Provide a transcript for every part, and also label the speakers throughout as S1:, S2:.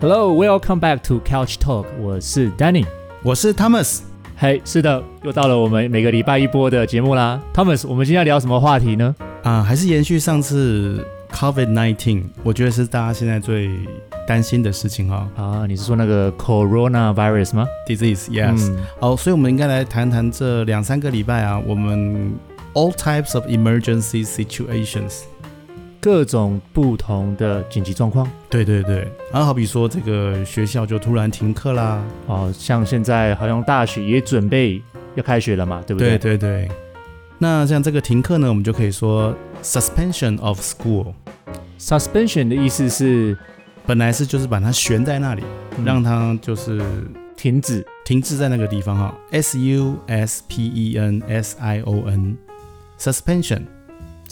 S1: Hello, welcome back to Couch Talk，我是 Danny。
S2: 我是 Thomas。
S1: 嘿、是的，又到了我们每个礼拜一播的节目啦。Thomas，我们今天要聊什么话题呢？
S2: 啊、还是延续上次 COVID nineteen，我觉得是大家现在最担心的事情哦。
S1: 啊，你是说那个 Corona virus 吗
S2: Disease, yes、
S1: 嗯
S2: 好，所以我们应该来谈谈这两三个礼拜啊，我们 all types of emergency situations。
S1: 各种不同的紧急状况
S2: 对对对，然后好比说这个学校就突然停课啦，
S1: 哦，像现在好像大学也准备要开学了嘛，对不对？
S2: 对对对。那像这个停课呢，我们就可以说 suspension of school，
S1: Suspension 的意思是、
S2: 本来是就是把它悬在那里，
S1: 嗯
S2: 让它就是
S1: 停止
S2: 停滞在那个地方哈。S U S P E N S I O N suspension，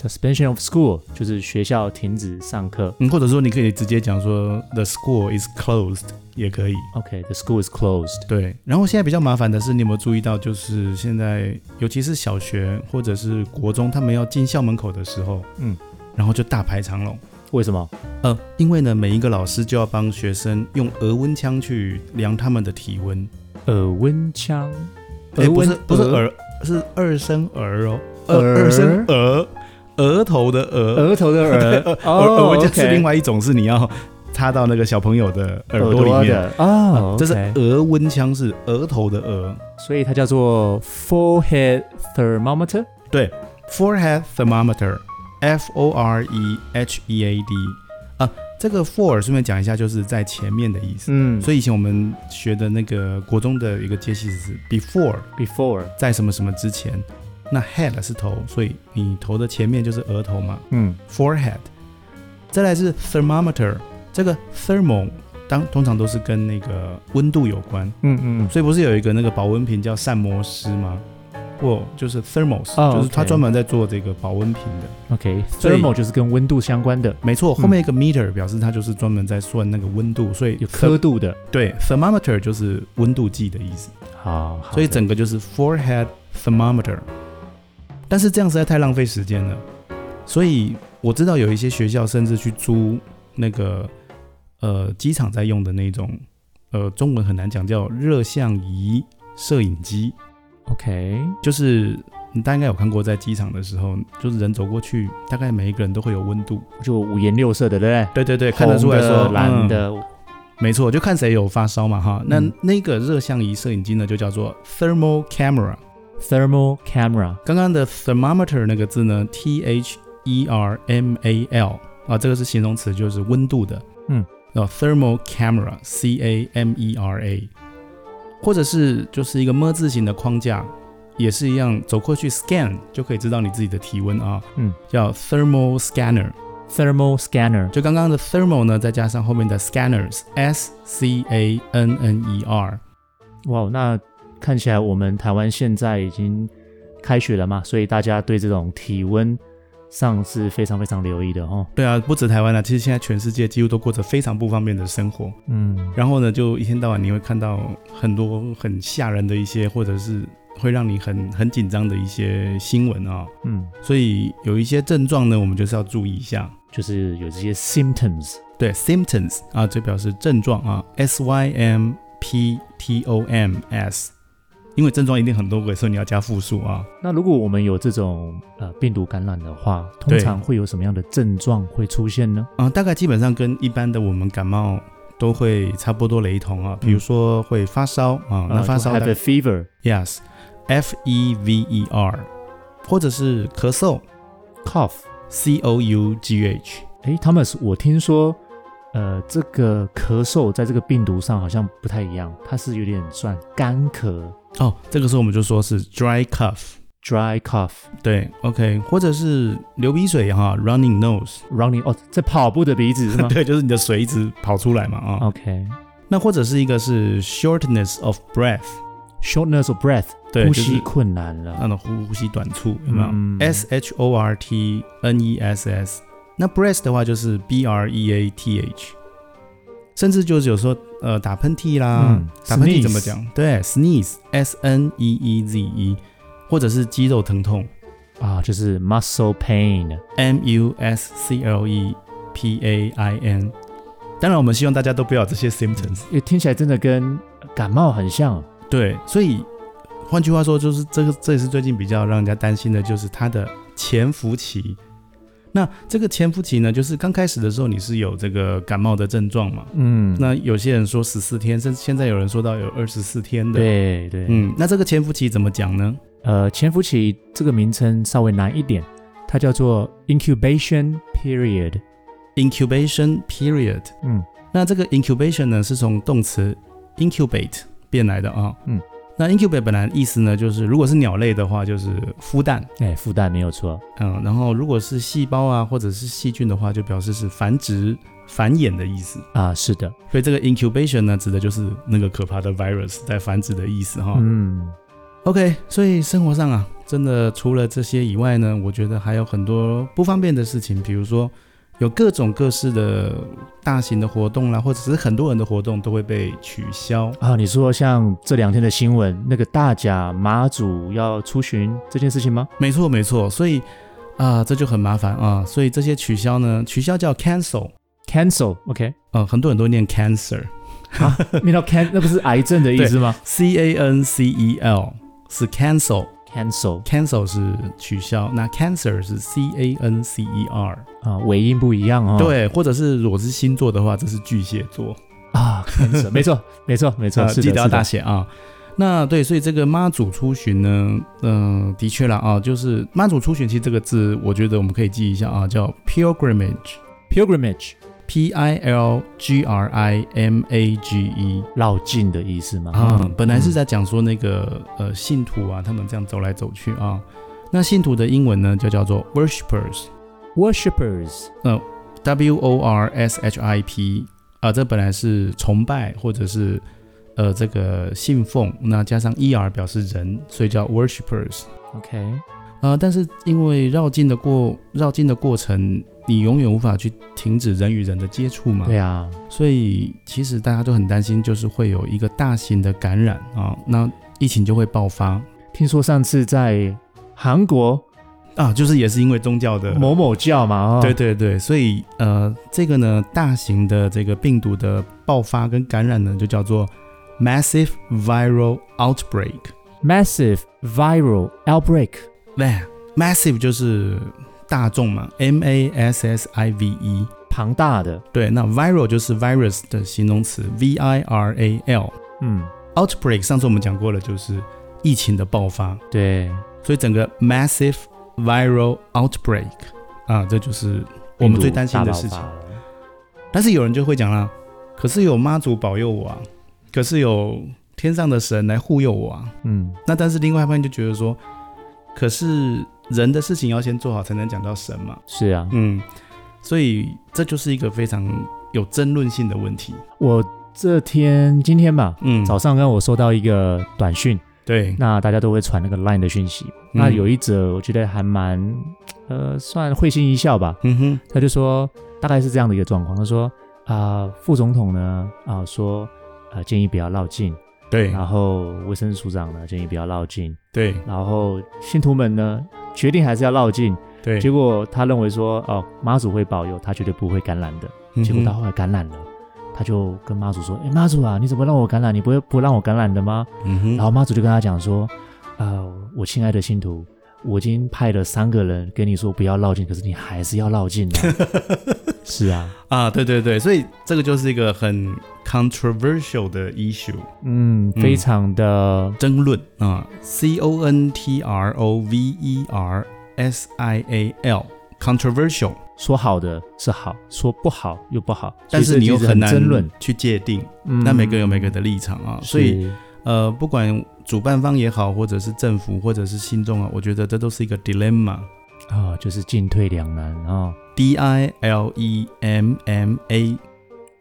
S1: Suspension of school 就是学校停止上课。
S2: 嗯，或者说你可以直接讲说 the school is closed 也可以。
S1: OK，the、school is closed。
S2: 对，然后现在比较麻烦的是，你有没有注意到，就是现在尤其是小学或者是国中，他们要进校门口的时候，
S1: 嗯，
S2: 然后就大排长龙。
S1: 为什么？
S2: 呃，因为呢，每一个老师就要帮学生用额温枪去量他们的体温，
S1: 耳温枪，
S2: 哎，不是不是
S1: 耳
S2: 耳，是二声儿哦，二
S1: 耳
S2: 二声额，额头的额，
S1: 额头的
S2: 对
S1: 耳，
S2: 耳耳
S1: 哦
S2: 耳温枪是
S1: OK
S2: 另外一种，是你要插到那个小朋友的耳朵
S1: 朵
S2: 里面。啊
S1: 的哦
S2: 这是
S1: OK
S2: 额温枪，是额头的额
S1: 所以它叫做 forehead thermometer。
S2: ，forehead thermometer，F O R E H E A D 啊，这个 for 顺便讲一下，就是在前面的意思。
S1: 嗯，所
S2: 所以以前我们学的那个国中的一个介系词是 before，
S1: 以 before，
S2: 在什么什么之前。那 head 是头，所以你头的前面就是额头嘛
S1: 嗯
S2: ，forehead。再来是 thermometer，这个 thermal 当通常都是跟那个温度有关，
S1: 嗯嗯
S2: 所以不是有一个那个保温瓶叫膳魔师吗？不，就是 thermos，、
S1: 哦
S2: 就是它
S1: OK
S2: 专门在做这个保温瓶的。所以
S1: ，OK，thermal 就是跟温度相关的，
S2: 没错，
S1: 嗯
S2: 后面一个 meter 表示它就是专门在算那个温度，所以
S1: 有刻度的。
S2: 对 thermometer 就是温度计的意思。
S1: 好，好
S2: 所以
S1: 的
S2: 整个就是 forehead thermometer。但是这样实在太浪费时间了，所以我知道有一些学校甚至去租那个呃机场在用的那种呃中文很难讲叫热像仪摄影机，
S1: OK，
S2: 就是你大家应该有看过，在机场的时候，就是人走过去，大概每一个人都会有温度。
S1: 就五颜六色的，对不
S2: 对对
S1: 对？
S2: 对，看得出来
S1: 红的
S2: 说
S1: 蓝、
S2: 嗯
S1: 的，
S2: 没错，就看谁有发烧嘛哈。那
S1: 嗯
S2: 那个热像仪摄影机呢，就叫做 thermal camera。
S1: thermal camera，
S2: 刚刚的 thermometer 那个字呢，t h e r m a l 啊，这个是形容词，就是温度的。
S1: 嗯，
S2: 啊，thermal camera c a m e r a，或者是就是一个么字形的框架，也是一样，走过去 scan 就可以知道你自己的体温啊。
S1: 嗯，
S2: 叫 thermal scanner。
S1: thermal scanner，
S2: 就刚刚的 thermal 呢，再加上后面的 scanners s c a n n e r。
S1: 哇，那看起来我们台湾现在已经开学了嘛，所以大家对这种体温上是非常非常留意的哦。
S2: 对啊，不止台湾了、其实现在全世界几乎都过着非常不方便的生活。
S1: 嗯，
S2: 然后呢，就一天到晚你会看到很多很吓人的一些，或者是会让你很很紧张的一些新闻啊、
S1: 嗯，
S2: 所以有一些症状呢，我们就是要注意一下。
S1: 就是有这些 symptoms。
S2: 对，symptoms 啊，这表示症状啊，S Y M P T O M S，因为症状一定很多个，所以你要加复数啊。
S1: 那如果我们有这种呃病毒感染的话，通
S2: 对
S1: 常会有什么样的症状会出现呢？
S2: 啊，大概基本上跟一般的我们感冒都会差不多雷同啊，比如说会发烧啊，那
S1: 呃
S2: 发
S1: 就
S2: 烧大
S1: have a fever,
S2: yes，F E V E R，或者是咳嗽。
S1: cough。
S2: C O U G H。
S1: 诶 t h o m a s 我听说，呃，这个咳嗽在这个病毒上好像不太一样，它是有点算干咳
S2: 哦，这个时候我们就说是 dry cough。
S1: （dry cough）。
S2: 对，OK，或者是流鼻水哈，running nose。
S1: running 哦，在跑步的鼻子是吗
S2: 对，就是你的水一直跑出来嘛啊、
S1: ？OK。
S2: 那或者是一个是 shortness of breath，
S1: Shortness of breath，
S2: 对，
S1: 呼
S2: 就
S1: 吸
S2: 是
S1: 困难了。
S2: 那种呼呼吸短促，有没有、
S1: 嗯
S2: s H O R T N E S S。那 breath 的话就是 B R E A T H，甚至就是有时候呃打喷嚏啦，
S1: 嗯
S2: 打喷嚏
S1: sneeze
S2: 怎么讲？对，sneeze S N E E Z E，或者是肌肉疼痛。
S1: 啊，就是 muscle pain。
S2: M U S C L E P A I N。当然，我们希望大家都不要有这些 symptoms。
S1: 也听起来真的跟感冒很像。
S2: 对，所以换句话说，就是这个，这也是最近比较让人家担心的，就是它的潜伏期。那这个潜伏期呢，就是刚开始的时候你是有这个感冒的症状嘛？
S1: 嗯，
S2: 那有些人说十四天，甚至现在有人说到有二十四天的。，
S1: 对对，
S2: 嗯，那这个潜伏期怎么讲呢？
S1: 呃，潜伏期这个名称稍微难一点，它叫做 incubation period。
S2: incubation period。
S1: 嗯，
S2: 那这个 incubation 呢，是从动词 incubate 变来的啊、
S1: 嗯，
S2: 那 incubate 本来意思呢，就是如果是鸟类的话，就是孵蛋。
S1: 哎，孵蛋没有错。
S2: 嗯，然后如果是细胞啊，或者是细菌的话，就表示是繁殖、繁衍的意思。
S1: 啊，是的，
S2: 所以这个 incubation 呢，指的就是那个可怕的 virus 在繁殖的意思哈。
S1: 嗯，
S2: OK，所以生活上啊，真的除了这些以外呢，我觉得还有很多不方便的事情，比如说有各种各式的大型的活动啦，或者是很多人的活动都会被取消。
S1: 啊，你说像这两天的新闻，那个大甲马祖要出巡这件事情吗？
S2: 没错，没错，所以啊、这就很麻烦啊。所以这些取消呢，取消叫 cancel，
S1: Cancel，OK，、
S2: 呃，很多人都念 cancer，C
S1: 念到 can 那不是癌症的意思吗
S2: A N C E L 是 cancel。
S1: ？Cancel
S2: Cancel 是取消，那 cancer 是 C A N C E R，、
S1: 啊，尾音不一样哦。
S2: 对，或者是如果是星座的话，这是巨蟹座，
S1: 啊，cancel，没错，没错，没错，
S2: 呃
S1: 是的
S2: 记得要
S1: 是的
S2: 大写啊。那对，所以这个妈祖出巡呢，嗯、的确啦啊，就是妈祖出巡，其实这个字我觉得我们可以记一下啊，叫 pilgrimage，p
S1: Pilgrimage，
S2: i l g r i m a g e
S1: 绕境的意思吗？
S2: 啊
S1: 嗯，
S2: 本来是在讲说那个呃信徒啊，他们这样走来走去啊，那信徒的英文呢就叫做 worshippers，w
S1: 嗯 worshippers，
S2: o r s h i p 啊，这本来是崇拜或者是呃这个信奉，那加上 e r 表示人，所以叫 worshippers。
S1: OK，
S2: 呃，但是因为绕境的过绕境的过程，你永远无法去停止人与人的接触嘛，
S1: 对啊，
S2: 所以其实大家都很担心，就是会有一个大型的感染啊，那疫情就会爆发
S1: 听说上次在韩国
S2: 啊，就是也是因为宗教的。
S1: 某某教嘛，哦，
S2: 对对对，所以呃，这个呢，大型的这个病毒的爆发跟感染呢，就叫做 massive viral outbreak。
S1: ，massive viral outbreak，
S2: 那 massive 就是大众嘛，M A S S I V E。
S1: 庞大的，
S2: 对，那 viral 就是 virus 的形容词，V I R A L。
S1: 嗯，
S2: outbreak 上次我们讲过了，就是疫情的爆发。
S1: 对，
S2: 所以整个 massive viral outbreak 啊，这就是我们最担心的事
S1: 病毒
S2: 情
S1: 大。爆发了
S2: 但是有人就会讲啦，可是有妈祖保佑我啊，可是有天上的神来护佑我啊。
S1: 嗯，
S2: 那但是另外一半就觉得说，可是人的事情要先做好，才能讲到神嘛。
S1: 是啊，
S2: 嗯，所以这就是一个非常有争论性的问题。
S1: 我这天今天吧，
S2: 嗯，
S1: 早上刚我收到一个短讯，
S2: 对，
S1: 那大家都会传那个 Line 的讯息，那有
S2: 一，
S1: 一则我觉得还蛮，呃，算会心一笑吧。
S2: 嗯哼，
S1: 他就说大概是这样的一个状况，他说啊、副总统呢啊、说啊、建议不要绕境，
S2: 对
S1: 然后卫生署长呢建议不要绕境，
S2: 对
S1: 然后信徒们呢决定还是要绕境，
S2: 对，
S1: 结果他认为说哦妈祖会保佑，他绝对不会感染的，
S2: 嗯哼
S1: 结果他后来感染了。他就跟妈祖说：“哎，妈祖啊，你怎么让我感染？你不会不让我感染的吗？”
S2: 嗯哼，
S1: 然后妈祖就跟他讲说，呃，我亲爱的信徒，我已经派了三个人跟你说不要绕境，可是你还是要绕境的。 是啊，
S2: 啊，对对对，所以这个就是一个很 controversial 的 issue
S1: 嗯，
S2: 嗯
S1: 非常的
S2: 争论啊，C O N T R O V E R S I A L controversial，
S1: 说好的是好，说不好又不好，
S2: 但
S1: 所
S2: 是
S1: 以这
S2: 你又
S1: 其实
S2: 很难
S1: 争论。
S2: 去界定，
S1: 嗯
S2: 那每个人有每个人的立场啊，所以
S1: 是
S2: 呃，不管主办方也好，或者是政府，或者是信众啊，我觉得这都是一个 dilemma，D
S1: 啊、就是进退两难啊、
S2: I L E M M A，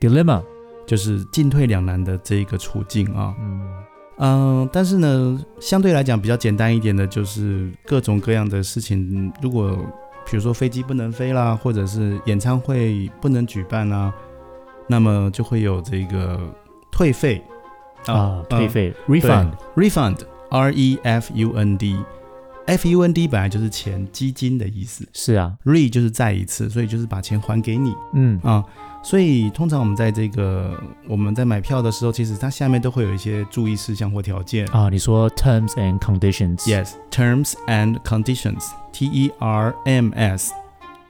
S1: dilemma，
S2: 就是进退两难的这一个处境啊。
S1: 嗯，
S2: 嗯，但是呢，相对来讲比较简单一点的，就是各种各样的事情，如果比如说飞机不能飞啦，或者是演唱会不能举办啦，那么就会有这个退费
S1: 啊，退、费、
S2: 对
S1: refund，
S2: refund R E F U N D F U N D 本来就是钱基金的意思
S1: 是啊，
S2: ，re 就是再一次，所以就是把钱还给你
S1: 嗯
S2: 啊，所以通常我们在这个我们在买票的时候，其实它下面都会有一些注意事项或条件。
S1: 啊，你说 terms and conditions，
S2: Yes, terms and conditions. T E R M S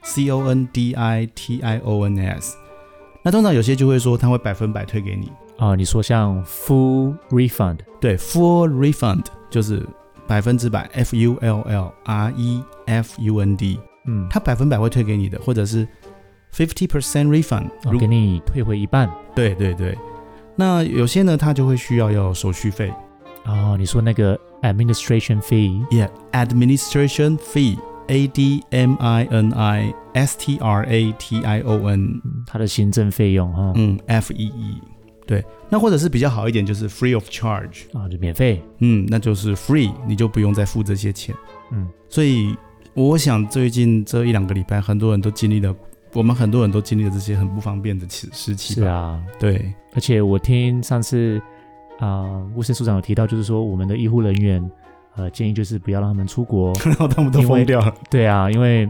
S2: C O N D I T I O N S。那通常有些就会说他会百分百退给你，
S1: 啊，你说像 full refund，
S2: 对，full refund 就是百分之百 F U L L R E F U N D，
S1: 嗯，
S2: 他百分百会退给你的，或者是 fifty percent refund
S1: 啊
S2: 如。
S1: 给你退回一半。
S2: 对对对，那有些呢，他就会需要要手续费
S1: 啊，你说那个 administration fee，
S2: ，Yeah，administration fee。A D M I N I S T R A T I O N
S1: 嗯它的行政费用哦哈，
S2: 嗯，F E E，对，那或者是比较好一点，就是 free of charge，
S1: 啊，就免费，
S2: 嗯，那就是 free，你就不用再付这些钱。
S1: 嗯，
S2: 所以我想最近这一两个礼拜，很多人都经历了，我们很多人都经历了这些很不方便的时时期
S1: 是
S2: 吧。
S1: 啊，
S2: 对，
S1: 而且我听上次啊，卫、生署长有提到，就是说我们的医护人员，呃，建议就是不要让他们出 国。
S2: 然后 他们都
S1: 因为
S2: 疯掉了。
S1: 对啊，因为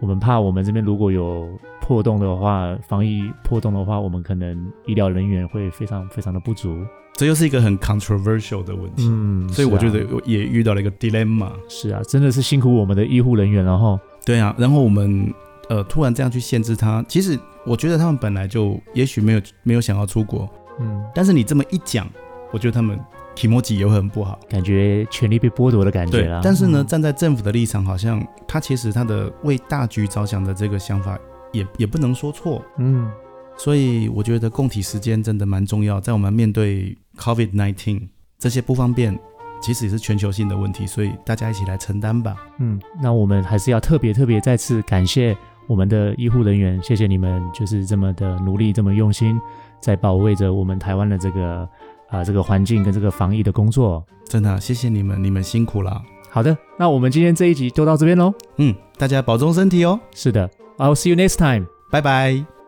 S1: 我们怕我们这边如果有破洞的话，防疫破洞的话，我们可能医疗人员会非常非常的不足。
S2: 这又是一个很 controversial 的问题，
S1: 嗯，
S2: 所以我
S1: 是
S2: 觉
S1: 啊
S2: 得我也遇到了一个 dilemma。
S1: 是啊，真的是辛苦我们的医护人员了哦哈。
S2: 对啊，然后我们呃突然这样去限制他，其实我觉得他们本来就也许没有没有想要出国，
S1: 嗯，
S2: 但是你这么一讲，我觉得他们 i m o j i 也会很不好。
S1: 感觉权利被剥夺的感觉
S2: 对
S1: 啦。，
S2: 但是呢，
S1: 嗯
S2: 站在政府的立场，好像他其实他的为大局着想的这个想法也也不能说错，
S1: 嗯，
S2: 所以我觉得供体时间真的蛮重要。在我们面对 COVID 1 9这些不方便，其实也是全球性的问题，所以大家一起来承担吧。
S1: 嗯，那我们还是要特别特别再次感谢我们的医护人员，谢谢你们就是这么的努力，这么用心，在保卫着我们台湾的这个啊、这个环境跟这个防疫的工作。
S2: 真的啊、谢谢你们，你们辛苦了。
S1: 好的，那我们今天这一集就到这边喽。
S2: 嗯，大家保重身体哦，
S1: 是的，I'll see you next time。
S2: 拜拜。